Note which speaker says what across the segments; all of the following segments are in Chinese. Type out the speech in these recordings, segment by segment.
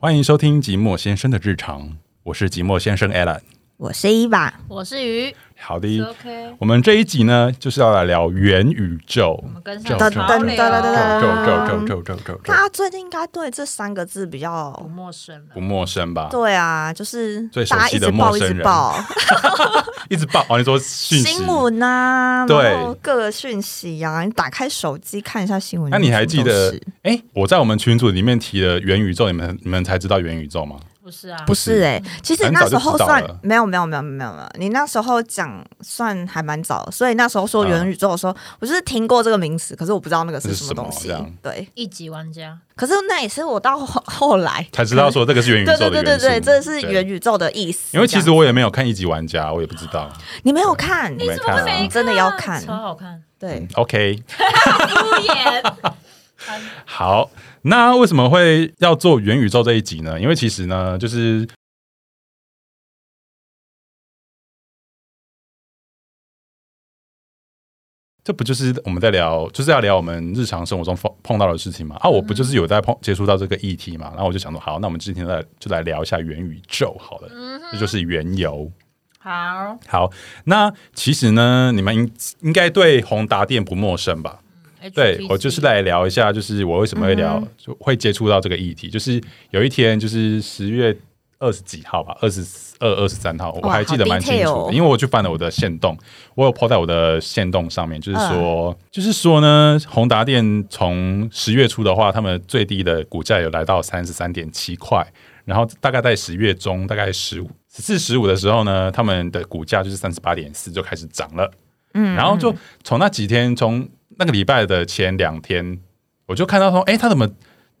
Speaker 1: 欢迎收听寂寞先生的日常，我是寂寞先生 Alan。
Speaker 2: 我是伊娃，
Speaker 3: 我是鱼
Speaker 1: 好的，
Speaker 3: ，OK，
Speaker 1: 我们这一集呢，就是要来聊元宇宙
Speaker 3: 我。们跟
Speaker 1: 宙
Speaker 3: 上
Speaker 1: 宙
Speaker 2: 噔
Speaker 1: 宙
Speaker 3: 潮
Speaker 2: 噔
Speaker 1: 宙
Speaker 2: 噔噔
Speaker 3: 流
Speaker 1: 宙宙宙宙宙宙
Speaker 2: 大家最近应该对这三个字比
Speaker 3: 不
Speaker 2: 较
Speaker 3: 陌生了
Speaker 1: 不。陌生吧？
Speaker 2: 对啊，就是
Speaker 1: 嗯最熟
Speaker 2: 大家
Speaker 1: 悉
Speaker 2: 一
Speaker 1: 的
Speaker 2: 直
Speaker 1: 陌
Speaker 2: 报一
Speaker 1: 生人
Speaker 2: 直报
Speaker 1: 一直报哦，你说 讯息？
Speaker 2: 新闻啊，
Speaker 1: 对
Speaker 2: 然后各个讯息啊，你打开手机看一下新闻，
Speaker 1: 那你还记得
Speaker 2: 全部都是
Speaker 1: 哎，我在我们群组里面提了元宇宙，你们你们才知道元宇宙吗？
Speaker 3: 不是啊，
Speaker 2: 不是哎、其实
Speaker 1: 很
Speaker 2: 你
Speaker 1: 早
Speaker 2: 那
Speaker 1: 就
Speaker 2: 时候
Speaker 1: 知道
Speaker 2: 算
Speaker 1: 了
Speaker 2: 没有没有没有没有没有，你那时候讲算还蛮早，所以那时候说元宇宙的时候，我就是听过这个名词，可是我不知道那个
Speaker 1: 这
Speaker 2: 是
Speaker 1: 是
Speaker 2: 什
Speaker 1: 什么
Speaker 2: 东西
Speaker 1: 这样。
Speaker 2: 对，
Speaker 3: 一级玩家，
Speaker 2: 可是那也是我到后后来
Speaker 1: 才知道说这个是元宇
Speaker 2: 对
Speaker 1: 宙的
Speaker 2: 对对
Speaker 1: 元
Speaker 2: 对
Speaker 1: 素。
Speaker 2: 对，这是
Speaker 1: 对。
Speaker 2: 元宇宙的意思。
Speaker 1: 因为其
Speaker 2: 这
Speaker 1: 实
Speaker 2: 样
Speaker 1: 我也没有看一级玩家，我也不知道。
Speaker 2: 你没有看，
Speaker 1: 没看啊
Speaker 3: 没
Speaker 2: 真的要看
Speaker 3: 嗯超好看，
Speaker 2: 对，
Speaker 1: OK，
Speaker 3: 敷衍。
Speaker 1: 好，那为什么会要做元宇宙这一集呢？因为其实呢，就是这不就是我们在聊，就是要聊我们日常生活中碰碰到的事情嘛？
Speaker 3: 嗯
Speaker 1: 啊，我不就是有在碰接触到这个议题嘛？然后我就想说，好，那我们今天来就来聊一下元宇宙好了，
Speaker 3: 嗯哼，
Speaker 1: 这就是缘由。
Speaker 3: 好，
Speaker 1: 好，那其实呢，你们应应该对宏达电不陌生吧？对
Speaker 3: HTC
Speaker 1: 我就是来聊一下，就是我为什么会聊，
Speaker 2: 嗯
Speaker 1: 就会接触到这个议题。就是有一天，就是十月二十几号吧，二十二、二十三号，我
Speaker 2: 哇
Speaker 1: 还记得
Speaker 2: 好
Speaker 1: 蛮清
Speaker 2: detail
Speaker 1: 楚
Speaker 2: 哦
Speaker 1: 的，因为我去翻了我的线动，我有 po 在我的线动上面，就是说，
Speaker 2: 嗯
Speaker 1: 就是说呢，宏达电从十月初的话，他们最低的股价有来到三十三点七块，然后大概在十月中，大概十五、十四、十五的时候呢，他们的股价就是三十八点四就开始涨了。
Speaker 2: 嗯
Speaker 1: 然后就从那几天，从那个礼拜的前两天，我就看到说，哎、它怎么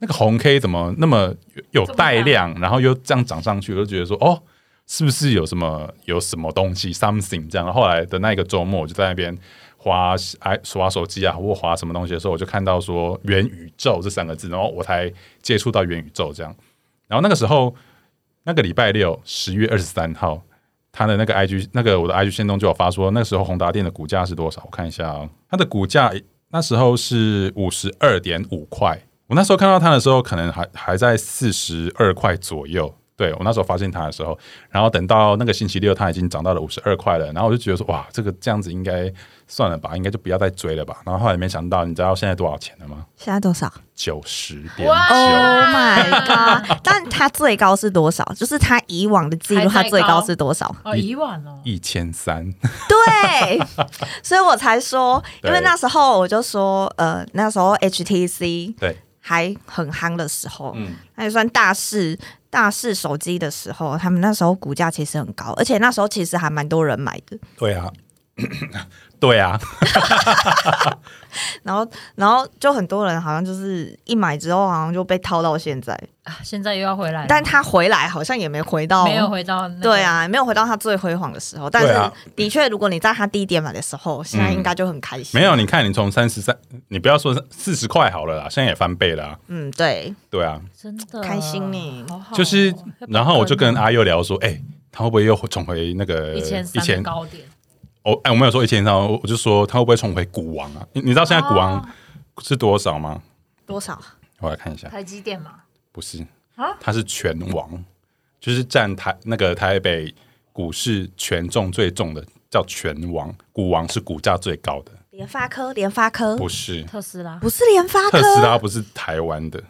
Speaker 1: 那个红 K 怎么那么有有
Speaker 3: 这么
Speaker 1: 带量，然后又这样涨上去，我就觉得说，哦，是不是有什么有什么东西 something 这样？后来的那一个周末，我就在那边滑哎刷手机啊，或滑什么东西的时候，我就看到说元宇宙这三个字，然后我才接触到元宇宙这样。然后那个时候，那个礼拜六，十月二十三号，他的那个 IG 那个我的 IG 线动就有发说，那时候宏达电的股价是多少？我看一下哦，它的股价那时候是五十二点五块。我那时候看到它的时候，可能还还在四十二块左右。对我那时候发现它的时候，然后等到那个星期六，它已经涨到了五十二块了。然后我就觉得说，哇，这个这样子应该算了吧，应该就不要再追了吧。然后后来没想到，你知道现在多少钱了吗？
Speaker 2: 现在多少
Speaker 1: 九十点
Speaker 3: 哇
Speaker 2: ？Oh
Speaker 1: 九。
Speaker 2: my god！但它最高是多少？就是它以往的记录，它
Speaker 3: 还在
Speaker 2: 最
Speaker 3: 高
Speaker 2: 高是多少？
Speaker 3: 哦，以往哦，
Speaker 1: 一千三，
Speaker 2: 对，所以我才说，因为
Speaker 1: 对
Speaker 2: 那时候我就说，呃，那时候 HTC
Speaker 1: 对，
Speaker 2: 还很夯的时候，
Speaker 1: 嗯，
Speaker 2: 那也算大势大势手机的时候，他们那时候股价其实很高，而且那时候其实还蛮多人买的。
Speaker 1: 对啊， 对啊，
Speaker 2: 然后，然后就很多人好像就是一买之后，好像就被套到现在。
Speaker 3: 啊现在又要回来了，
Speaker 2: 但他回来好像也没回到，
Speaker 3: 没有回到那个
Speaker 2: 对，啊，没有回到他最辉煌的时候。但是、
Speaker 1: 对啊
Speaker 2: 的确，如果你在他低点买的时候，现在应该就很开心。
Speaker 1: 没有，，你看你从三十三，你不要说四十块好了啦，现在也翻倍了啊、
Speaker 2: 嗯，对，
Speaker 1: 对啊，
Speaker 3: 真的
Speaker 2: 开心呢
Speaker 3: 好好哦
Speaker 1: 就是，然后我就跟呃
Speaker 3: 要
Speaker 1: 阿佑聊说，哎、他会不会又重回那
Speaker 3: 不
Speaker 1: 个
Speaker 3: 要跟一千
Speaker 1: 一
Speaker 3: 三
Speaker 1: 千
Speaker 3: 的？高点，
Speaker 1: 哦，哎、我没有说一千三，我我就说他会不会重回股王啊？你你知道现在股王
Speaker 3: 哦
Speaker 1: 是多少吗？
Speaker 2: 多少？
Speaker 1: 我来看一下，
Speaker 3: 台积电嘛，
Speaker 1: 不是
Speaker 3: 啊，
Speaker 1: 他是全王，就是占台那个台北股市权重最重的，叫全王。股王是股价最高的，
Speaker 2: 联发科，联发科
Speaker 1: 不是
Speaker 3: 特斯拉，
Speaker 2: 不是联发
Speaker 1: 特斯拉，
Speaker 2: 科，
Speaker 1: 不是台湾的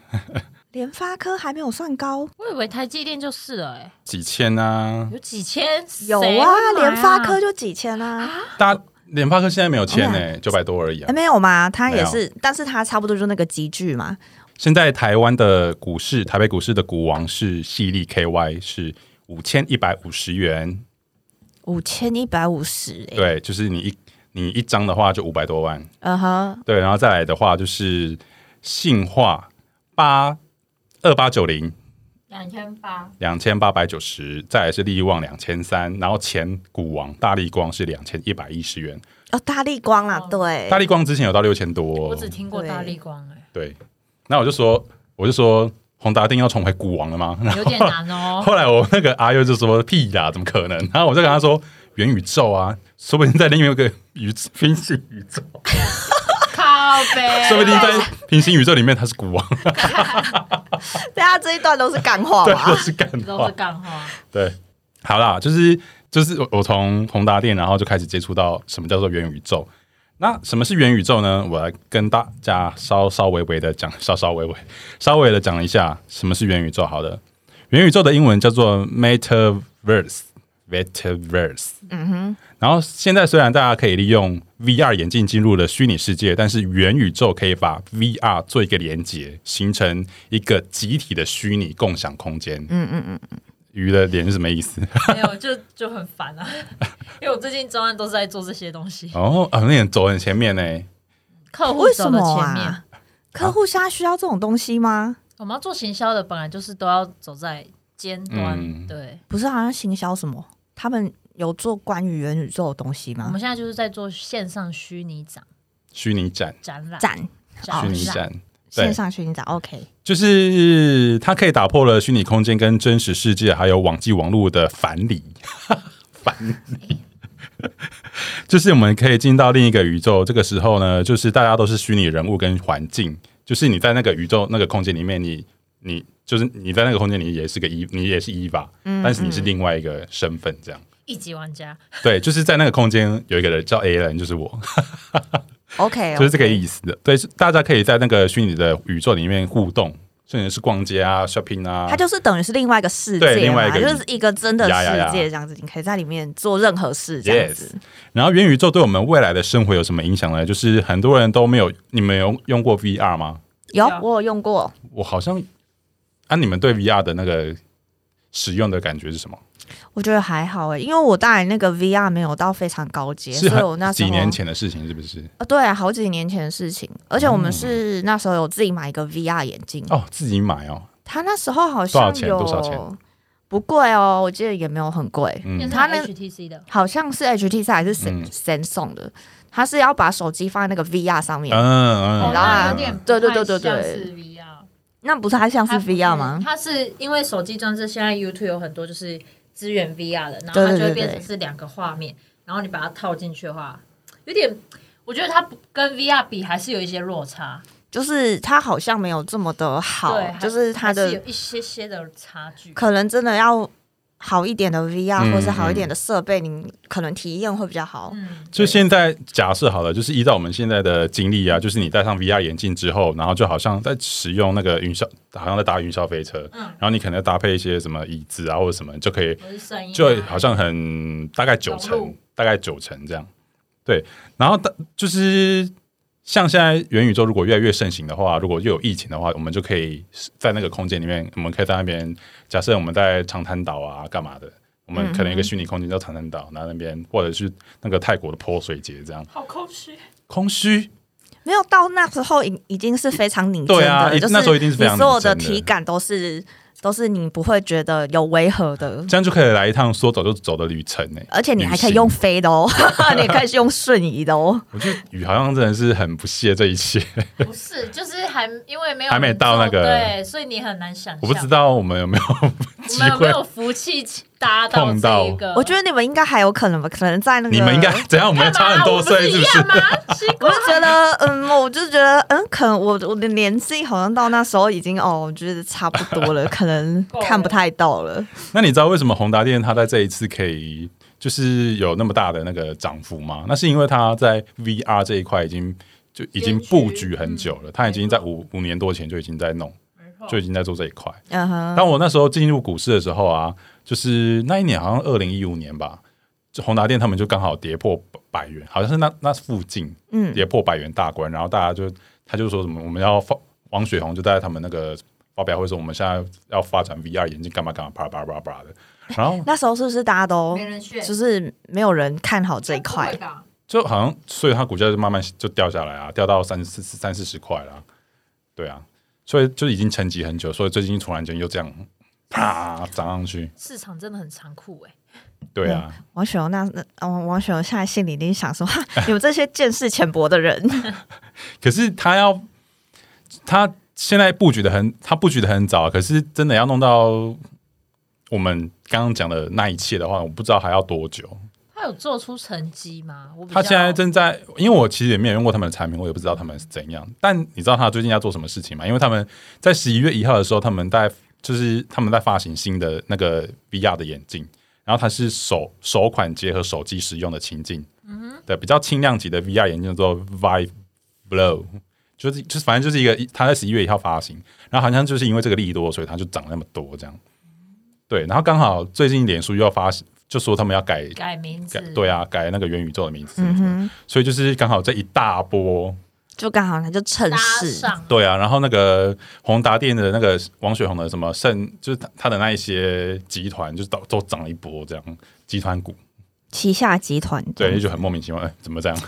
Speaker 2: 联发科还没有算高。
Speaker 3: 我以为台积电就是了，哎，
Speaker 1: 几千啊，
Speaker 3: 有几千，
Speaker 2: 有
Speaker 3: 谁
Speaker 2: 啊
Speaker 3: 会买，
Speaker 2: 联发科就几千啊，
Speaker 1: 大家联发科现在没有签呢、
Speaker 2: 我
Speaker 1: 九百多而已啊
Speaker 2: 哎。没有嘛，它
Speaker 1: 没
Speaker 2: 也
Speaker 1: 有
Speaker 2: 是，但是它差不多就那个集聚嘛，
Speaker 1: 现在台湾的股市，台北股市的股王是细粒 KY，是五千一百五十元。
Speaker 2: 五千一百五十，哎，
Speaker 1: 对，就是你一你一张的话就五百多万。
Speaker 2: 嗯哼，
Speaker 1: 对，然后再来的话就是信化八二八九零
Speaker 3: 两千八，
Speaker 1: 两千八百九十，再来是力旺两千三，然后前股王大力光是两千一百一十元。
Speaker 2: 哦，大力光啊
Speaker 3: 哦，
Speaker 2: 对
Speaker 1: 大，力光之前有到六千多、
Speaker 3: 我
Speaker 1: 哦
Speaker 3: 只，听过大力光，哎，
Speaker 1: 对。那我就说，我就说宏达电要重回股王了吗？然后
Speaker 3: 有点难哦。
Speaker 1: 后来我那个阿优就说：“屁呀，怎么可能？”然后我就跟他说：“元宇宙啊，说不定在里面有个宇宙平行宇宙。
Speaker 3: 靠靠背，
Speaker 1: 说不定在平行宇宙里面他是古王，
Speaker 2: 大家这一段都是干话
Speaker 1: 对，都
Speaker 2: 吧？
Speaker 1: 是干
Speaker 3: 都
Speaker 1: 话
Speaker 3: 是，干话，
Speaker 1: 对，好啦，就是就是我我从宏达电，然后就开始接触到什么叫做元宇宙。那什么是元宇宙呢？我来跟大家稍稍微微的讲，稍稍微微稍微的讲一下什么是元宇宙。好的，元宇宙的英文叫做 metaverse，metaverse。嗯哼。然后现在虽然大家可以利用 VR 眼镜进入了虚拟世界，但是元宇宙可以把 VR 做一个连接，形成一个集体的虚拟共享空间。嗯嗯嗯。鱼的脸是什么意思？
Speaker 3: 没有就就很烦啊， 因为我最近专案都是在做这些东西，
Speaker 1: 哦，啊，那你走很前面欸呢。
Speaker 3: 客户
Speaker 2: 为
Speaker 3: 走
Speaker 2: 什
Speaker 3: 的
Speaker 2: 么
Speaker 3: 前面，
Speaker 2: 啊？客户现在需要这种东西吗？
Speaker 3: 我们要做行销的，本来就是都要走在尖端，
Speaker 1: 嗯
Speaker 3: 对，
Speaker 2: 不是好像行销什么？他们有做关于元宇宙的东西
Speaker 3: 我
Speaker 2: 吗
Speaker 3: 们？现在就是在做线上虚拟展
Speaker 1: 虚拟展，
Speaker 3: 展览，
Speaker 2: 展哦
Speaker 3: 展
Speaker 1: 虚拟
Speaker 3: 览
Speaker 1: 展，对
Speaker 2: 线上虚拟展，OK，
Speaker 1: 就是它可以打破了虚拟空间跟真实世界，还有网际网络的藩篱。 藩篱， 就是我们可以进到另一个宇宙。这个时候呢，就是大家都是虚拟人物跟环境，就是你在那个宇宙那个空间里面，你你就是你在那个空间里也是个伊，你也是伊娃，但是你是另外一个身份这样。
Speaker 3: 一级玩家，
Speaker 1: 对，就是在那个空间有一个人叫 A 人，就是我。
Speaker 2: OK，
Speaker 1: 就是这个意思的。对，是大家可以在那个虚拟的宇宙里面互动，甚至是逛街啊、shopping 啊。
Speaker 2: 它就是等于是另外一个世界嘛，
Speaker 1: 对另外一个
Speaker 2: 就是一个真的
Speaker 1: 呀呀呀
Speaker 2: 世界这样子，你可以在里面做任何事这样子。
Speaker 1: 然后元宇宙对我们未来的生活有什么影响呢？就是很多人都没有，你们有用过 VR 吗？
Speaker 2: 有
Speaker 3: 有，
Speaker 2: 我有用过，
Speaker 1: 我好像啊，你们对 VR 的那个使用的感觉是什么？
Speaker 2: 我觉得还好哎、因为我当然那个 VR 没有到非常高阶，
Speaker 1: 是
Speaker 2: 所以哦我那
Speaker 1: 很
Speaker 2: 时候
Speaker 1: 几年前的事情，是不是？
Speaker 2: 呃对、好几年前的事情，而且我们是那时候有自己买一个 VR 眼镜，
Speaker 1: 嗯哦，自己买哦，
Speaker 2: 它那时候好
Speaker 1: 多少
Speaker 2: 像
Speaker 1: 钱
Speaker 2: 有
Speaker 1: 多少钱
Speaker 2: 不贵哦，我记得也没有很贵，
Speaker 1: 嗯
Speaker 3: 现
Speaker 2: 他
Speaker 3: 在
Speaker 2: 那
Speaker 3: HTC 的，
Speaker 2: 好像是 HTC 还是
Speaker 1: 嗯
Speaker 2: Sam- Samsung 的，它是要把手机放在那个 VR
Speaker 1: 嗯
Speaker 2: 上面，
Speaker 1: 嗯，
Speaker 2: 然后啊
Speaker 3: 哦那
Speaker 1: 嗯
Speaker 3: 有点不
Speaker 2: 对对
Speaker 3: 太
Speaker 2: 对对
Speaker 3: 像
Speaker 2: 对
Speaker 3: 是 VR，
Speaker 2: 那不是它像是
Speaker 3: 它不
Speaker 2: VR 吗？
Speaker 3: 它是因为手机装置现在 YouTube 有很多就是支援 VR 的，然后
Speaker 2: 对
Speaker 3: 它
Speaker 2: 对
Speaker 3: 就会
Speaker 2: 对
Speaker 3: 变
Speaker 2: 对
Speaker 3: 成是两个画面，然后你把它套进去的话，有点，我觉得它不跟 VR 比还是有一些落差，
Speaker 2: 就是它好像没有这么的好
Speaker 3: 对，，还
Speaker 2: 就是它
Speaker 3: 还是
Speaker 2: 的
Speaker 3: 有一些些的差距。
Speaker 2: 可能真的要好一点的 VR、
Speaker 1: 嗯
Speaker 2: 或是好一点的设备，你可能体验会比较好。
Speaker 3: 嗯，
Speaker 1: 就现在假设好了，就是依照我们现在的经历啊，就是你戴上 VR 眼镜之后，然后就好像在使用那个云霄，好像在搭云霄飞车，
Speaker 3: 嗯
Speaker 1: 然后你可能搭配一些什么椅子啊或者什么，就可以
Speaker 3: 我是声音啊，
Speaker 1: 就好像很大概九
Speaker 3: 融
Speaker 1: 成
Speaker 3: 入，
Speaker 1: 大概九成这样。对，然后大就是像现在元宇宙如果越来越盛行的话，如果又有疫情的话，我们就可以在那个空间里面，我们可以在那边，假设我们在长滩岛啊干嘛的，我们可能有一个虚拟空间叫长滩岛，然后那边或者是那个泰国的泼水节这样，
Speaker 3: 好空虚，
Speaker 1: 空虚。
Speaker 2: 没有到那时候已已经是非常拟真
Speaker 1: 对
Speaker 2: 的，
Speaker 1: 啊一
Speaker 2: 就是
Speaker 1: 那时候一定是非常
Speaker 2: 你所有的
Speaker 1: 拟真的
Speaker 2: 体感都是都是你不会觉得有违和的。
Speaker 1: 这样就可以来一趟说走就走的旅程欸呢、
Speaker 2: 而且你还可以
Speaker 1: 旅行
Speaker 2: 用飞的 哦，你也可以用瞬移的哦。
Speaker 1: 我觉得雨好像真的是很不屑这一切。
Speaker 3: 不是，就是还因为没有
Speaker 1: 还没到那个
Speaker 3: 对，所以你很难想象。
Speaker 1: 我不知道我们有没有
Speaker 3: 我
Speaker 1: 机
Speaker 3: 们有没
Speaker 1: 会
Speaker 3: 有福气搭到
Speaker 1: 碰到
Speaker 3: 这一个？
Speaker 2: 我觉得你们应该还有可能吧，可能在那个
Speaker 1: 你们应该怎样？我们差很多
Speaker 3: 啊
Speaker 1: 岁，是不是？
Speaker 3: 不是？
Speaker 2: 我就觉得，嗯，我就觉得，嗯，可能我我的年纪好像到那时候已经哦，我觉得差不多了，可能
Speaker 3: 够了
Speaker 2: 看不太到了。
Speaker 1: 那你知道为什么宏达电它在这一次可以就是有那么大的那个涨幅吗？那是因为它在 VR 这一块已经就已经布局很久
Speaker 3: 嗯
Speaker 1: 了，它已经在五五年多前就已经在弄，就已经在做这一块。
Speaker 2: 嗯哼，
Speaker 1: 当我那时候进入股市的时候啊，就是那一年好像二零一五年吧，就宏达电他们就刚好跌破百元，好像是那那附近
Speaker 2: 嗯，
Speaker 1: 跌破百元大关，然后大家就他就说什么我们要发王雪红就在他们那个发表会说我们现在要发展 VR 眼镜干嘛干嘛啪啦啪啦啪啦啪啦的，然后
Speaker 2: 那时候是不是大家都
Speaker 3: 人去
Speaker 2: 就是没有人看好这一块？
Speaker 1: 就好像所以它股价就慢慢就掉下来啊，掉到三四三四十块啦，对啊，所以就已经沉寂很久，所以最近突然间又这样啪涨上去，
Speaker 3: 市场真的很残酷哎、
Speaker 1: 对啊，
Speaker 2: 王雪荣那那王王雪荣现在心里一定想说，哈，你们这些见识浅薄的人，
Speaker 1: 可是他要他现在布局的很，他布局的很早，可是真的要弄到我们刚刚讲的那一切的话，我不知道还要多久。
Speaker 3: 他有做出成绩吗？我比较
Speaker 1: 他现在正在，因为我其实也没有用过他们的产品，我也不知道他们是怎样。但你知道他最近要做什么事情吗？因为他们在十一月一号的时候，他们在就是他们在发行新的那个 VR 的眼镜，然后它是首首款结合手机使用的情境，嗯对，比较轻量级的 VR 眼镜叫做 Vive Blow，就是就是反正就是一个，它在十一月一号发行，然后好像就是因为这个利多，所以它就涨那么多这样。对，然后刚好最近脸书又要发，就说他们要改
Speaker 3: 改名字
Speaker 1: 改，对啊，改那个元宇宙的名字，
Speaker 2: 嗯哼，
Speaker 1: 所以就是刚好这一大波，
Speaker 2: 就刚好他就趁
Speaker 3: 搭
Speaker 2: 势，
Speaker 3: 上
Speaker 1: 对啊，然后那个宏达店的那个王雪红的什么盛，就是他他的那一些集团，就是都都涨了一波这样，集团股，
Speaker 2: 旗下集团这
Speaker 1: 对，
Speaker 2: 样
Speaker 1: 就很莫名其妙，哎、怎么这样？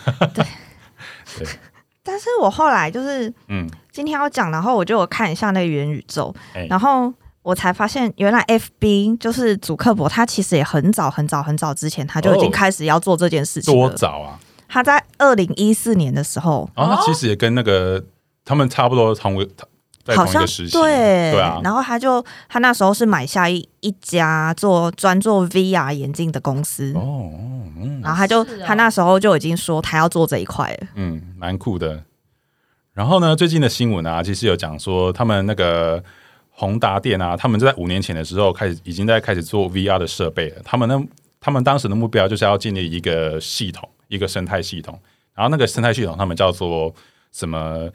Speaker 2: 但是我后来就是
Speaker 1: 嗯，
Speaker 2: 今天要讲，然后我就有看一下那个元宇宙，
Speaker 1: 哎
Speaker 2: 然后我才发现原来 FB 就是祖克伯，他其实也很早很早很早之前他就已经
Speaker 1: 哦
Speaker 2: 开始要做这件事情
Speaker 1: 多
Speaker 2: 了。
Speaker 1: 早啊？
Speaker 2: 他在二零一四年的时候，
Speaker 1: 然后他其实也跟那个、他们差不多同个，在
Speaker 2: 好
Speaker 1: 同一
Speaker 2: 像
Speaker 1: 个时期，
Speaker 2: 对，
Speaker 1: 啊，
Speaker 2: 然后他就他那时候是买下一一家做专做 VR 眼镜的公司。
Speaker 1: 哦，哦嗯
Speaker 2: 然后他就是
Speaker 3: 哦
Speaker 2: 他那时候就已经说他要做这一块了，
Speaker 1: 嗯，蛮酷的。然后呢，最近的新闻啊，其实有讲说他们那个宏达店啊，他们就在五年前的时候开始已经在开始做 VR 的设备了。他们呢，他们当时的目标就是要建立一个系统，一个生态系统。然后那个生态系统，他们叫做什么？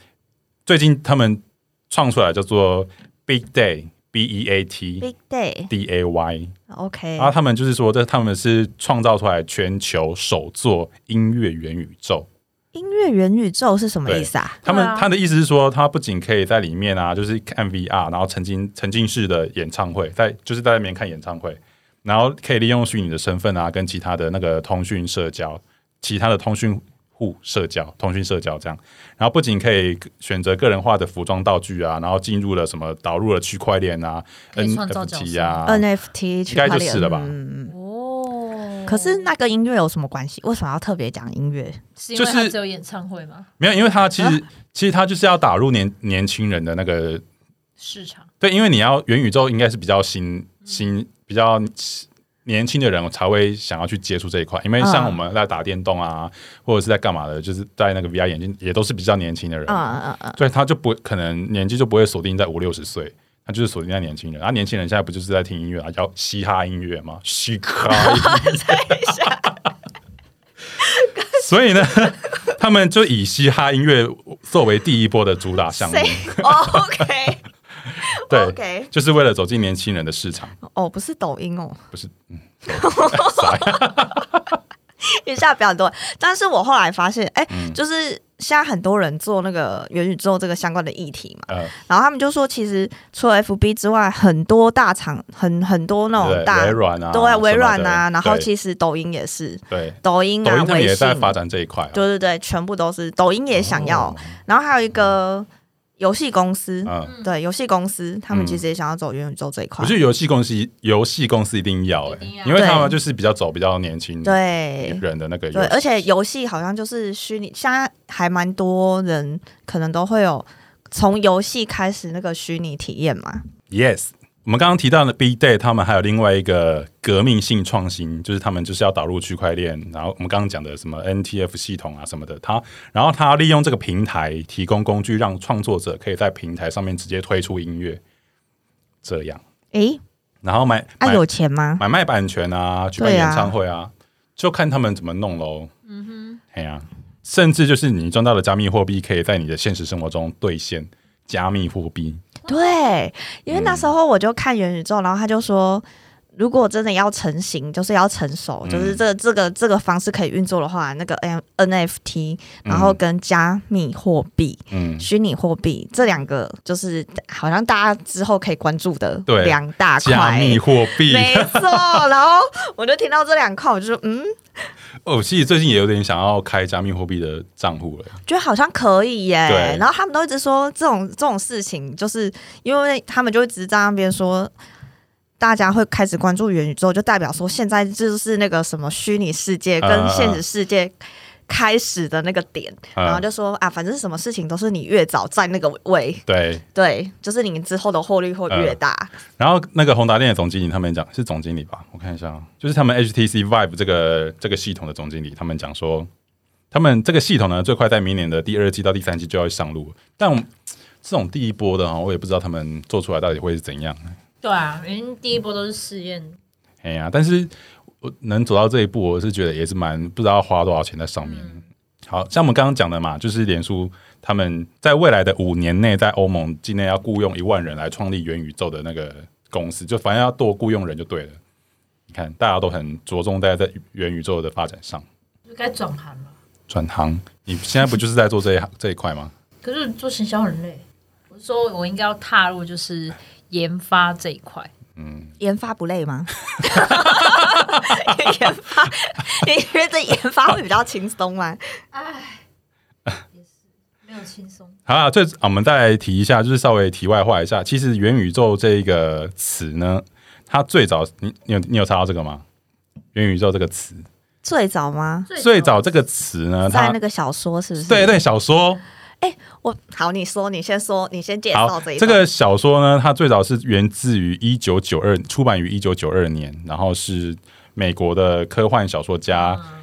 Speaker 1: 最近他们创出来叫做 Big Day B E A T
Speaker 2: Big Day
Speaker 1: D A Y。
Speaker 2: OK，
Speaker 1: 然后他们就是说，这他们是创造出来全球首座音乐元宇宙。
Speaker 2: 音乐元宇宙是什么
Speaker 1: 对
Speaker 2: 意思啊？
Speaker 1: 他们、
Speaker 3: 对啊
Speaker 1: 他的意思是说，他不仅可以在里面啊，就是看 VR，然后沉浸沉浸式的演唱会，在就是在那边看演唱会，然后可以利用虚拟的身份啊，跟其他的那个通讯社交，其他的通讯户社交、通讯社交这样，然后不仅可以选择个人化的服装道具啊，然后进入了什么导入了区块链啊、
Speaker 3: 可以创造角
Speaker 1: NFT 啊，
Speaker 2: NFT
Speaker 1: 应该就是了吧
Speaker 2: 区块链嗯嗯
Speaker 3: 哦
Speaker 2: 嗯可是那跟音乐有什么关系？为什么要特别讲音乐？
Speaker 3: 是因为
Speaker 1: 就
Speaker 3: 他
Speaker 1: 是
Speaker 3: 只有演唱会吗？
Speaker 1: 没有，因为他其实、
Speaker 3: 啊
Speaker 1: 其实他就是要打入年年轻人的那个
Speaker 3: 市场
Speaker 1: 对，因为你要元宇宙应该是比较
Speaker 2: 嗯
Speaker 1: 新新比较年轻的人才会想要去接触这一块，因为像
Speaker 2: 嗯
Speaker 1: 我们在打电动啊，或者是在干嘛的，就是戴那个 VR 眼镜，也都是比较年轻的人，
Speaker 2: 嗯嗯嗯
Speaker 1: 所以他就不可能年纪就不会锁定在五六十岁。他就是锁定在年轻人，然、后年轻人现在不就是在听音乐啊，叫嘻哈音乐吗？嘻哈音乐， 所以呢，他们就以嘻哈音乐作为第一波的主打项目，
Speaker 2: 嗯，OK
Speaker 1: 对
Speaker 2: OK，
Speaker 1: 就是为了走进年轻人的市场。
Speaker 2: 哦，不是抖音哦，
Speaker 1: 不是，嗯， 傻呀
Speaker 2: 一下比较多。但是我后来发现，哎、
Speaker 1: 嗯
Speaker 2: 就是现在很多人做那个元宇宙这个相关的议题嘛，
Speaker 1: 呃，
Speaker 2: 然后他们就说，其实除了 FB 之外，很多大厂，很很多那种
Speaker 1: 对
Speaker 2: 大
Speaker 1: 微软啊，
Speaker 2: 对微软啊，
Speaker 1: 啊，
Speaker 2: 然后
Speaker 1: 对
Speaker 2: 其实抖音也是，
Speaker 1: 对
Speaker 2: 抖音
Speaker 1: 抖
Speaker 2: 啊，
Speaker 1: 音他们
Speaker 2: 微
Speaker 1: 也
Speaker 2: 信
Speaker 1: 在发展这一块啊，
Speaker 2: 对对对，全部都是抖音也想
Speaker 1: 哦
Speaker 2: 要，然后还有一个游戏公司，
Speaker 1: 嗯。
Speaker 2: 对游戏公司，他们
Speaker 1: 嗯
Speaker 2: 其实也想要走元宇宙这一块
Speaker 1: 我觉。得游戏公司游戏公司一定要
Speaker 3: 一
Speaker 1: 哎
Speaker 3: 定要，
Speaker 1: 因为他们就
Speaker 2: 对
Speaker 1: 是比较走比较年轻
Speaker 2: 对
Speaker 1: 人的那个游
Speaker 2: 对，
Speaker 1: 戏，
Speaker 2: 而且游戏好像就是虚拟，现在还蛮多人可能都会有从游戏开始那个虚拟体验嘛。
Speaker 1: Yes，我们刚刚提到的 B Day，他们还有另外一个革命性创新，就是他们就是要导入区块链，然后我们刚刚讲的什么 NTF 系统啊什么的，它然后它利用这个平台提供工具，让创作者可以在平台上面直接推出音乐，这样，
Speaker 2: 诶，
Speaker 1: 然后买
Speaker 2: 啊
Speaker 1: 买
Speaker 2: 有钱吗？
Speaker 1: 买卖版权啊，举办
Speaker 2: 对啊
Speaker 1: 演唱会啊，就看他们怎么弄喽。嗯哼，哎呀、甚至就是你赚到的加密货币，可以在你的现实生活中兑现加密货币。
Speaker 2: 对，因为
Speaker 1: 嗯
Speaker 2: 那时候我就看元宇宙，然后他就说，如果真的要成型，就是要成熟，
Speaker 1: 嗯
Speaker 2: 就是这这个这个方式可以运作的话，那个 N NFT，然后跟加密货币、
Speaker 1: 嗯，
Speaker 2: 虚拟货币这两个，就是好像大家之后可以关注的
Speaker 1: 对
Speaker 2: 两大
Speaker 1: 加
Speaker 2: 块。
Speaker 1: 密货币。
Speaker 2: 没错，然后我就听到这两块，我就说，嗯，
Speaker 1: 哦，其实最近也有点想要开加密货币的账户了。
Speaker 2: 觉得好像可以耶
Speaker 1: 对。
Speaker 2: 然后他们都一直说这种这种事情，就是因为他们就一直在那边说。大家会开始关注元宇宙，就代表说现在就是那个什么虚拟世界
Speaker 1: 啊啊
Speaker 2: 跟
Speaker 1: 啊
Speaker 2: 现实世界开始的那个点，
Speaker 1: 嗯
Speaker 2: 然后就说啊，反正什么事情都是你越早在那个位，
Speaker 1: 对，
Speaker 2: 对，就是你之后的获利会
Speaker 1: 啊
Speaker 2: 越大。
Speaker 1: 然后那个宏达店的总经理他们讲是总经理吧，我看一下啊，就是他们 HTC Vive 这个这个系统的总经理，他们讲说，他们这个系统呢最快在明年的第二季到第三季就要上路，但我这种第一波的啊，我也不知道他们做出来到底会是怎样。
Speaker 3: 对啊，因为第一波都是试验，
Speaker 1: 哎呀、但是我能走到这一步，我是觉得也是蛮不知道要花多少钱在上面。好像我们刚刚讲的嘛，就是脸书他们在未来的五年内，在欧盟境内要雇佣一万人来创立元宇宙的那个公司，就反正要多雇佣人就对了。你看，大家都很着重在在元宇宙的发展上
Speaker 3: 就该转行了。
Speaker 1: 转行。你现在不就是在做这一行这一块吗？
Speaker 3: 可是做行销很累，我是说我应该要踏入就是研发这一块。
Speaker 2: 研发不累吗？研发， 你觉得研发会比较轻松吗？
Speaker 3: 唉，也是没有轻松。
Speaker 1: 好啦，最啊我们再来提一下，就是稍微题外话一下。其实元宇宙这个词呢，它最早你你有你有查到这个吗？元宇宙这个词，
Speaker 2: 最早吗？
Speaker 1: 最早这个词呢，
Speaker 2: 在
Speaker 1: 它
Speaker 2: 那个小说是不是？
Speaker 1: 对对小说
Speaker 2: 我好，你说，你先说，你先介绍
Speaker 1: 好
Speaker 2: 这一，
Speaker 1: 这
Speaker 2: 段
Speaker 1: 个小说呢，它最早是源自于一九九二，出版于一九九二年，然后是美国的科幻小说家
Speaker 2: 嗯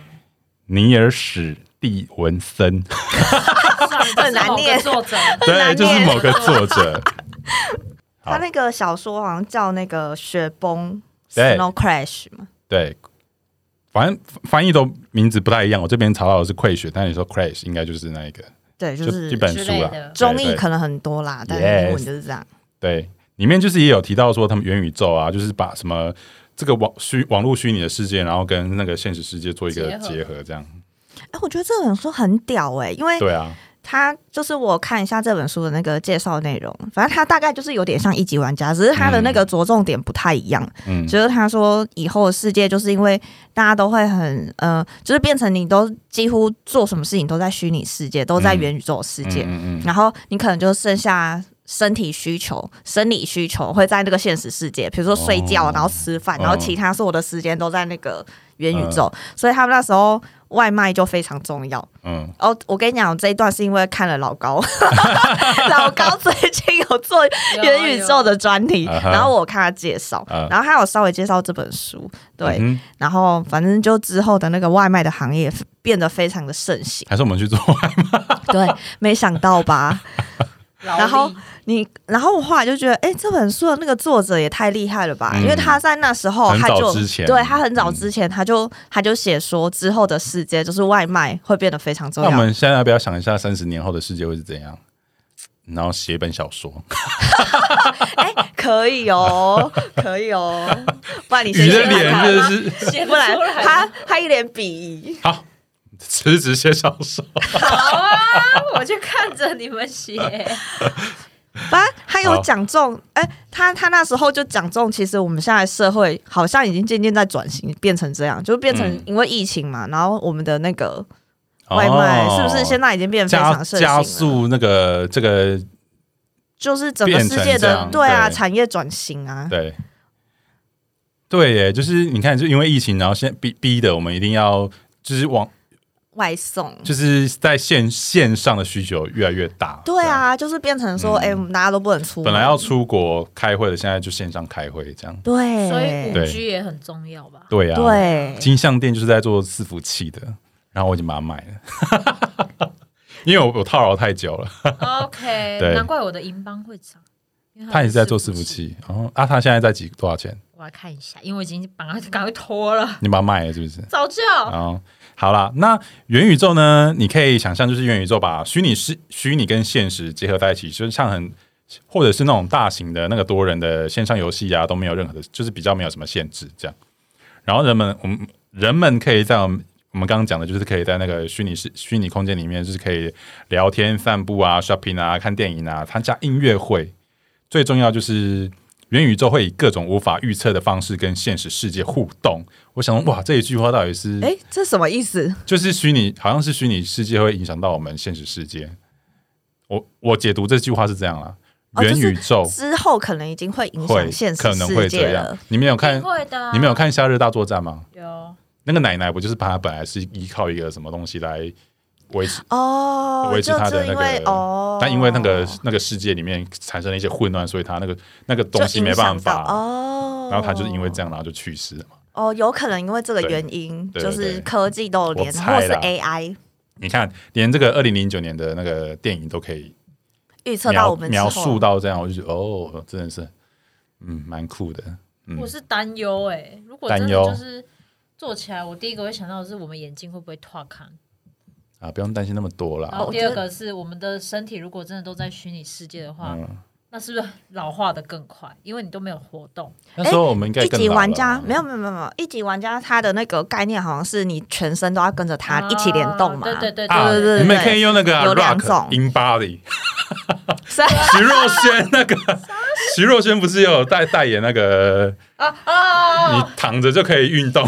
Speaker 1: 尼尔史蒂文 森，
Speaker 3: 很
Speaker 2: 难念
Speaker 3: 作者
Speaker 1: 对，
Speaker 2: 难
Speaker 1: 就是
Speaker 2: 念
Speaker 1: 某个作者，好
Speaker 2: 他那个小说好像叫那个雪崩
Speaker 1: 对
Speaker 2: （Snow Crash） 嘛，
Speaker 1: 对，反正翻译都名字不太一样。我这边查到的是溃血，但你说 crash 应该就是那一个，
Speaker 2: 对，
Speaker 1: 就
Speaker 2: 就是
Speaker 1: 一本
Speaker 3: 之
Speaker 1: 书
Speaker 3: 类
Speaker 1: 啦
Speaker 3: 的。
Speaker 2: 中译
Speaker 1: 对
Speaker 2: 可能很多啦，但
Speaker 1: Yes
Speaker 2: 英文就是这样。
Speaker 1: 对，里面就是也有提到说他们元宇宙啊，就是把什么这个网虚网络虚拟的世界，然后跟那个现实世界做一个
Speaker 3: 结合
Speaker 1: 结合，这样。
Speaker 2: 哎，我觉得这本书很屌哎、因为
Speaker 1: 对啊，
Speaker 2: 它就是我看一下这本书的那个介绍内容，反正它大概就是有点像一级玩家，只是它的那个着重点不太一样。
Speaker 1: 嗯，
Speaker 2: 就是他说以后的世界就是因为大家都会很呃，就是变成你都几乎做什么事情都在虚拟世界，都在元宇宙世界，
Speaker 1: 嗯嗯嗯，
Speaker 2: 然后你可能就剩下。身体需求、生理需求会在那个现实世界，比如说睡觉，
Speaker 1: 哦
Speaker 2: 然后吃饭，
Speaker 1: 哦
Speaker 2: 然后其他所有的时间都在那个元宇宙，所以他们那时候外卖就非常重要。
Speaker 1: 嗯，
Speaker 2: 哦，我跟你讲，这一段是因为看了 老高， 老高最近有做元宇宙的专题，
Speaker 1: 有有啊哈
Speaker 2: 然后我看他介绍
Speaker 1: 啊，
Speaker 2: 然后他有稍微介绍这本书，对，
Speaker 1: 嗯哼，
Speaker 2: 然后反正就之后的那个外卖的行业变得非常的盛行
Speaker 1: 还是我们去做。
Speaker 2: 啊对，没想到吧？
Speaker 3: 有，然
Speaker 2: 然后你，然后我后来就觉得，哎，这本书的那个作者也太厉害了吧？
Speaker 1: 嗯
Speaker 2: 因为他在那时候
Speaker 1: 很
Speaker 2: 他
Speaker 1: 早
Speaker 2: 就
Speaker 1: 之前
Speaker 2: 对他很早
Speaker 1: 嗯
Speaker 2: 之前他就他就写说之后的世界就是外卖会变得非常重
Speaker 1: 那我
Speaker 2: 要。
Speaker 1: 们现在要不要想一下三十年后的世界会是怎样？然后写一本小说，
Speaker 2: 哎、可以哦， 可以哦，不然你先
Speaker 1: 你的
Speaker 2: 写看
Speaker 1: 脸
Speaker 2: 看
Speaker 1: 真的
Speaker 2: 吧
Speaker 1: 是
Speaker 3: 写
Speaker 2: 不然他他一脸鄙夷。
Speaker 1: 好，辞职写小说。
Speaker 3: 好啊， 我就看着你们写，
Speaker 2: 反正他有
Speaker 1: 好
Speaker 2: 讲中，哎、他他那时候就讲中，其实我们现在社会好像已经渐渐在转型，变成这样，就变成
Speaker 1: 嗯
Speaker 2: 因为疫情嘛，然后我们的那个外卖是不是现
Speaker 1: 在
Speaker 2: 在已经变得非
Speaker 1: 加
Speaker 2: 常盛行
Speaker 1: 哦加
Speaker 2: 了？
Speaker 1: 速那个这个
Speaker 2: 就是整个世界
Speaker 1: 变成这
Speaker 2: 的
Speaker 1: 样
Speaker 2: 对啊
Speaker 1: 对
Speaker 2: 产业转型啊，
Speaker 1: 对，对耶，就是你看，就因为疫情，然后现在逼逼的我们一定要，就是往
Speaker 2: 外送。
Speaker 1: 就是在线线上的需求越来越大。
Speaker 2: 对，啊，就是变成说，
Speaker 1: 嗯
Speaker 2: 哎、我们大家都不能出门，
Speaker 1: 本来要出国开会的，现在就线上开会这样。
Speaker 2: 对，
Speaker 3: 所以五
Speaker 1: 对
Speaker 3: G 也很重 要吧？
Speaker 1: 对啊，，
Speaker 2: 对，
Speaker 1: 金项店就是在做伺服器的，然后我已经把它买了， 因为我我套牢太久
Speaker 2: 啊
Speaker 1: 了。
Speaker 3: OK，
Speaker 1: 对
Speaker 3: 难怪我的银邦会涨，因为它
Speaker 1: 他也是在做伺
Speaker 3: 有
Speaker 1: 服，器，然后啊，他现在在几多少钱？
Speaker 3: 我来看一下，因为我已经把它赶快脱了，
Speaker 1: 你把它卖了是不是？
Speaker 3: 早就
Speaker 1: 哦，好啦，那元宇宙呢？你可以想象，就是元宇宙把虚拟是虚拟跟现实结合在一起，就是像很或者是那种大型的那个多人的线上游戏啊，都没有任何的，就是比较没有什么限制这样。然后人们，我们人们可以在我们我们刚刚讲的，就是可以在那个虚拟世虚拟空间里面，就是可以聊天、散步啊、shopping 啊、看电影啊、参加音乐会。最重要就是元宇宙会以各种无法预测的方式跟现实世界互动。我想，哇，这一句话到底是
Speaker 2: 哎、这什么意思？
Speaker 1: 就是虚拟，好像是虚拟世界会影响到我们现实世界。我我解读这句话是这样啦，
Speaker 2: 哦
Speaker 1: 元
Speaker 2: 就是
Speaker 1: 宇宙
Speaker 2: 之后可能已经会影
Speaker 1: 会
Speaker 2: 响现
Speaker 1: 可
Speaker 2: 实
Speaker 1: 能会
Speaker 2: 世
Speaker 1: 这
Speaker 2: 界
Speaker 1: 样
Speaker 2: 了。。
Speaker 1: 你们有
Speaker 3: 一定
Speaker 1: 看
Speaker 3: 会的啊，
Speaker 1: 你们有看《夏日大作战》吗？
Speaker 3: 有
Speaker 1: 那个奶奶不就是把她本来是依靠一个什么东西来维持，
Speaker 2: 哦，
Speaker 1: 维持
Speaker 2: 就
Speaker 1: 她的那
Speaker 2: 就因为
Speaker 1: 个
Speaker 2: 哦，
Speaker 1: 但因为那个那个世界里面产生了一些混乱，所以她那个那个东西
Speaker 2: 就
Speaker 1: 没
Speaker 2: 影响
Speaker 1: 办
Speaker 2: 到
Speaker 1: 法，
Speaker 2: 哦，
Speaker 1: 然后她就是因为这样，然后就去世了嘛。
Speaker 2: 哦，有可能因为这个
Speaker 1: 对
Speaker 2: 原因，
Speaker 1: 对
Speaker 2: 就
Speaker 1: 对
Speaker 2: 是
Speaker 1: 对
Speaker 2: 科技都有连，
Speaker 1: 我
Speaker 2: 或
Speaker 1: 猜
Speaker 2: 是
Speaker 1: 啦
Speaker 2: AI
Speaker 1: 你看，连这个二零零九年的那个电影都可以
Speaker 2: 预测到
Speaker 1: 描
Speaker 2: 我们之
Speaker 1: 描
Speaker 2: 后
Speaker 1: 述到这样，我就觉得哦，真的是，嗯，蛮酷的。嗯
Speaker 3: 我是担忧哎，如果真的
Speaker 1: 担忧
Speaker 3: 就是做起来，我第一个会想到的是我们眼睛会不会拓康，
Speaker 1: 啊，哦不用担心那么多
Speaker 3: 然
Speaker 1: 啦。
Speaker 3: 后
Speaker 2: 我
Speaker 3: 第
Speaker 2: 觉
Speaker 3: 二
Speaker 2: 得
Speaker 3: 个是我们的身体如果真的都在虚拟世界的话，
Speaker 1: 嗯，
Speaker 3: 那是不是老化的更快？因为你都没有活动，
Speaker 1: 那时候我们应该
Speaker 2: 一
Speaker 1: 更
Speaker 2: 级
Speaker 1: 老
Speaker 2: 玩
Speaker 1: 了
Speaker 2: 家
Speaker 1: 吧
Speaker 2: 没有没有没有没有一级玩家，他的那个概念好像是你全身都要跟着他一起联动嘛，
Speaker 3: 啊对对对
Speaker 1: 啊，
Speaker 3: 对对
Speaker 2: 对
Speaker 1: 你们也可以用那个啊
Speaker 2: 有两
Speaker 1: Rock
Speaker 2: 种
Speaker 1: In Body，
Speaker 2: 所以
Speaker 1: 徐若瑄那个，徐若瑄不是有代代言那个，
Speaker 3: 啊啊
Speaker 1: 你！躺着就可以运动，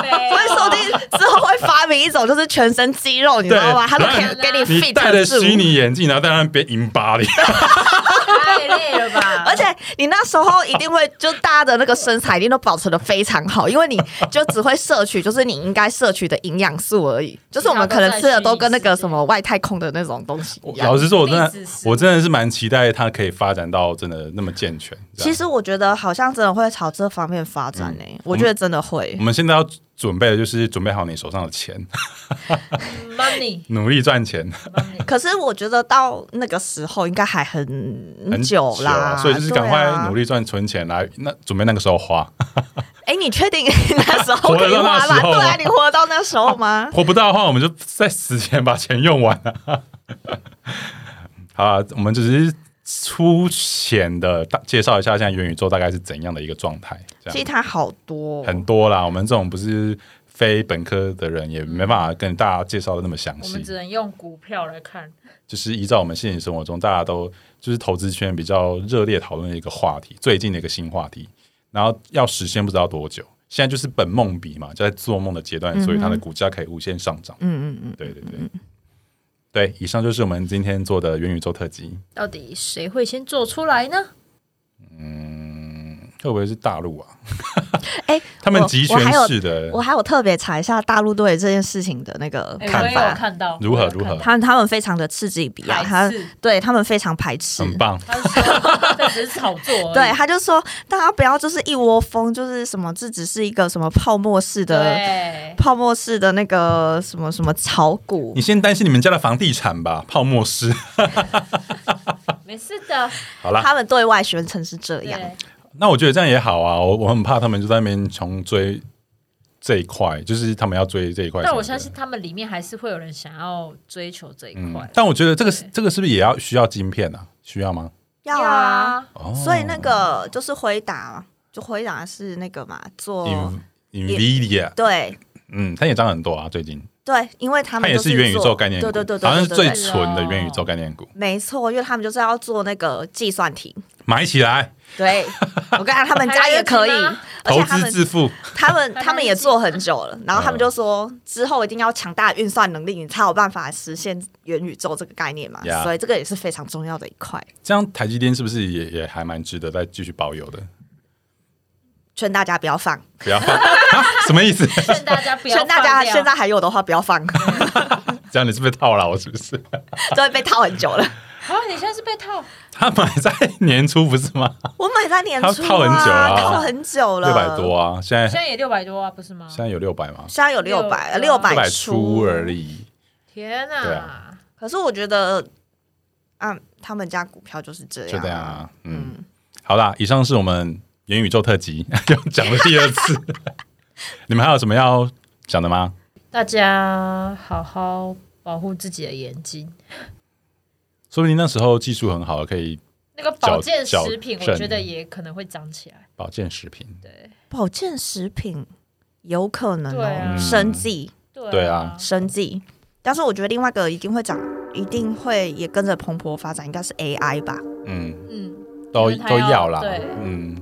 Speaker 3: 背哦
Speaker 2: 所以说不定之后会发明一种就是全身肌肉，你知道吗？
Speaker 1: 对
Speaker 2: 他都可以
Speaker 3: 然后
Speaker 2: 给你
Speaker 1: 你戴
Speaker 2: fit
Speaker 1: 着
Speaker 2: 住。
Speaker 1: 虚拟眼镜，然后在那边 In Body，
Speaker 3: 太累了吧？
Speaker 2: 而且你那时候一定会就大家的那个身材一定都保持的非常好，因为你就只会摄取就是你应该摄取的营养素而 已，就是我们可能吃的都跟那个什么外太空的那种东西一样
Speaker 1: 老。实说，我真的
Speaker 3: 粒子是
Speaker 1: 我真的是蛮期待它可以发展到真的那么健全。这样嗯
Speaker 2: 其实我觉得好像真的会朝这方面发展呢、我觉得真的会
Speaker 1: 我。们现在要准备的就是准备好你手上的钱，
Speaker 3: money
Speaker 1: 努力赚钱，
Speaker 3: money，
Speaker 2: 可是我觉得到那个时候应该还很
Speaker 1: 很
Speaker 2: 久啦，
Speaker 1: 啊所以就是赶
Speaker 2: 对啊
Speaker 1: 快努力赚存钱来，那准备那个时候花，
Speaker 2: 哎、你确定 那时候
Speaker 1: 活得
Speaker 2: 可以
Speaker 1: 到那
Speaker 2: 花吗？
Speaker 1: 时候
Speaker 2: 对啊，
Speaker 1: 吗
Speaker 2: 你活到那时 候吗？
Speaker 1: 活不到的话，我们就在死前把钱用完了。 好啊，我们只是粗浅的大介绍一下，现在元宇宙大概是怎样的一个状态，这
Speaker 2: 其实
Speaker 1: 样
Speaker 2: 它好多哦、
Speaker 1: 啊很多啦。我们这种不是非本科的人，也没办法跟大家介绍的那么详
Speaker 3: 我们
Speaker 1: 细
Speaker 3: 只。能用股票来看。
Speaker 1: 就是依照我们现实生活中大家都就是投资圈比较热烈讨论的一个话题，最近的一个新话题，然后要实现不知道多久。现在就是本梦比嘛，就在做梦的阶段，所以它的股价可以无限上涨。
Speaker 2: 嗯嗯嗯，
Speaker 1: 对对对，对，以上就是我们今天做的元宇宙特辑。
Speaker 3: 到底谁会先做出来呢？
Speaker 1: 嗯会不会是大陆啊？
Speaker 2: 哎、
Speaker 1: 他们
Speaker 2: 我
Speaker 1: 集
Speaker 2: 我
Speaker 1: 权
Speaker 2: 还有
Speaker 1: 式的
Speaker 2: 我还有特别查一下大陆对这件事情的那个
Speaker 3: 哎我
Speaker 2: 看
Speaker 3: 也有
Speaker 2: 法，
Speaker 3: 看到
Speaker 1: 如何
Speaker 3: 我也有看到
Speaker 1: 如何
Speaker 2: 他们他们非常的嗤之以鼻啊，他
Speaker 3: 排斥
Speaker 2: 对他们非常排斥。
Speaker 1: 很棒，
Speaker 3: 他是 说这只是炒作而已，
Speaker 2: 对，他就说大家不要就是一窝蜂，就是什么这只是一个什么泡沫式的
Speaker 3: 对，
Speaker 2: 泡沫式的那个什么什么炒股
Speaker 1: 你，先担心你们家的房地产吧，泡沫师。
Speaker 3: 没事的，
Speaker 1: 好啦，
Speaker 2: 他们对外宣称是这样。
Speaker 3: 对，
Speaker 1: 那我觉得这样也好啊，我我很怕他们就在那边穷追这一块，就是他们要追这一块什么的。
Speaker 3: 但我相信他们里面还是会有人想要追求这一
Speaker 1: 嗯
Speaker 3: 块，。
Speaker 1: 但我觉得这个是
Speaker 3: 对
Speaker 1: 这个是不是也要需要晶片啊？需要吗？
Speaker 2: 要啊，，
Speaker 1: 哦，
Speaker 2: 所以那个就是回答，就回答是那个嘛，做
Speaker 1: In- Nvidia，
Speaker 2: 对
Speaker 1: 嗯，它也涨很多啊，最近
Speaker 2: 对，因为他
Speaker 1: 它
Speaker 2: 们
Speaker 1: 也
Speaker 2: 就是
Speaker 1: 元宇
Speaker 2: 做
Speaker 1: 宙概念股，
Speaker 2: 对对对对，
Speaker 1: 好像是
Speaker 2: 对
Speaker 1: 最
Speaker 2: 对对
Speaker 1: 纯的元宇宙概念股，
Speaker 2: 没错，因为他们就是要做那个计算题。
Speaker 1: 买起来，
Speaker 2: 对，我跟你讲，他们家也可以
Speaker 3: 还有吗，
Speaker 2: 而
Speaker 1: 投
Speaker 2: 且他
Speaker 1: 资哦
Speaker 2: 们
Speaker 1: 致富。
Speaker 2: 他们
Speaker 3: 还有
Speaker 2: 他们也做很久了，然后他们就说之后一定要强大的运算能力，你才有办法实现元宇宙这个概念嘛
Speaker 1: Yeah
Speaker 2: 所以这个也是非常重要的一块，
Speaker 1: 这样台积电是不是也也还蛮值得再继续保有的？
Speaker 2: 劝大家不要放，
Speaker 1: 不要放 啊？什么意思？
Speaker 3: 劝大家不要
Speaker 2: 劝
Speaker 3: 放掉，
Speaker 2: 大家现在还有的话不要放，
Speaker 1: 这样你是被套牢是不是？
Speaker 2: 就会被套很久 了。
Speaker 3: 啊，你现在是被套，
Speaker 1: 他买在年初不是吗？
Speaker 2: 我买在年初、啊，
Speaker 1: 他套很久啊
Speaker 2: 套很久了，
Speaker 1: 六百多。啊，现在
Speaker 3: 现在也六百多啊，不是吗
Speaker 1: 现？在有六百吗？
Speaker 2: 现在有六百，
Speaker 3: 六
Speaker 2: 六
Speaker 1: 六百
Speaker 2: 百
Speaker 1: 出而。已。
Speaker 3: 天
Speaker 1: 对
Speaker 3: 哪
Speaker 1: 啊！
Speaker 2: 可是我觉得，啊，他们家股票就是这样，
Speaker 1: 就这样啊，嗯，好啦，以上是我们元宇宙特辑 又讲了第二次， 你们还有什么要讲的吗？
Speaker 3: 大家好好保护自己的眼睛。
Speaker 1: 说不定那时候技术很好，可以
Speaker 3: 那个保健
Speaker 1: 矫
Speaker 3: 食品，
Speaker 1: 矫正
Speaker 3: 我觉得也可能会长起来。
Speaker 1: 保健食品。
Speaker 3: 对
Speaker 2: 保健食品有可能
Speaker 3: 对啊
Speaker 2: 哦，生计
Speaker 3: 对
Speaker 1: 对啊
Speaker 2: 生计，但是我觉得另外一个一定会涨，一定会也跟着蓬勃发展，应该是 AI 吧。
Speaker 1: 嗯，
Speaker 3: 嗯，
Speaker 1: 都
Speaker 3: 因为它
Speaker 1: 都
Speaker 3: 要
Speaker 1: 要啦
Speaker 3: 对，
Speaker 1: 嗯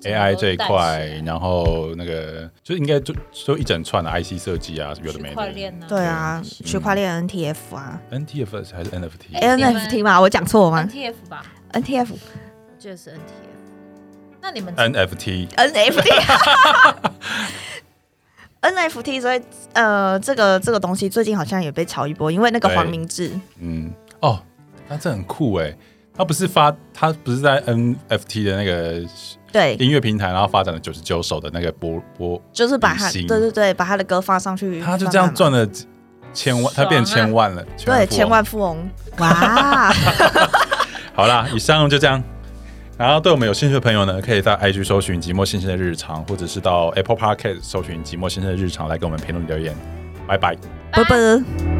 Speaker 3: 整个
Speaker 1: ，AI 这一
Speaker 3: 带
Speaker 1: 块
Speaker 3: 起来，
Speaker 1: 然后那个就应该就就一整串的 IC 设计啊，有的嗯
Speaker 3: 区
Speaker 1: 没
Speaker 3: 块
Speaker 1: 的。
Speaker 3: 链呢？
Speaker 2: 对啊，
Speaker 3: 是
Speaker 2: 区块链 NTF 啊
Speaker 1: NTF 还是 NFT？
Speaker 3: 哎你们
Speaker 2: ，NFT 吗？我讲错吗
Speaker 3: ，NTF 吧，
Speaker 2: ？NTF
Speaker 3: 我记得是
Speaker 1: 呃
Speaker 3: NTF。那你们
Speaker 1: NFT，
Speaker 2: NFT NFT 所以呃，这个这个东西最近好像也被炒一波，因为那个
Speaker 1: 对
Speaker 2: 黄明志，
Speaker 1: 嗯，哦，那这很酷哎，他不是发他不是在 NFT 的那个
Speaker 2: 对，
Speaker 1: 音乐平台，然后发展了九十九首的那个播播，
Speaker 2: 就是把他，
Speaker 1: 明
Speaker 2: 对
Speaker 1: 星
Speaker 2: 对对，把他的歌放上去，
Speaker 1: 他就这样赚了几千万，他变
Speaker 3: 爽啊
Speaker 1: 千万了，
Speaker 2: 慢慢，对，千
Speaker 1: 富翁
Speaker 2: 万富翁， 哇，
Speaker 1: 好啦，以上就这样。然后对我们有兴趣的朋友呢，可以在 IG 搜寻“寂寞先生的日常”，或者是到 Apple Podcast 搜寻“寂寞先生的日常”来跟我们评论留言。拜拜。
Speaker 2: 拜拜。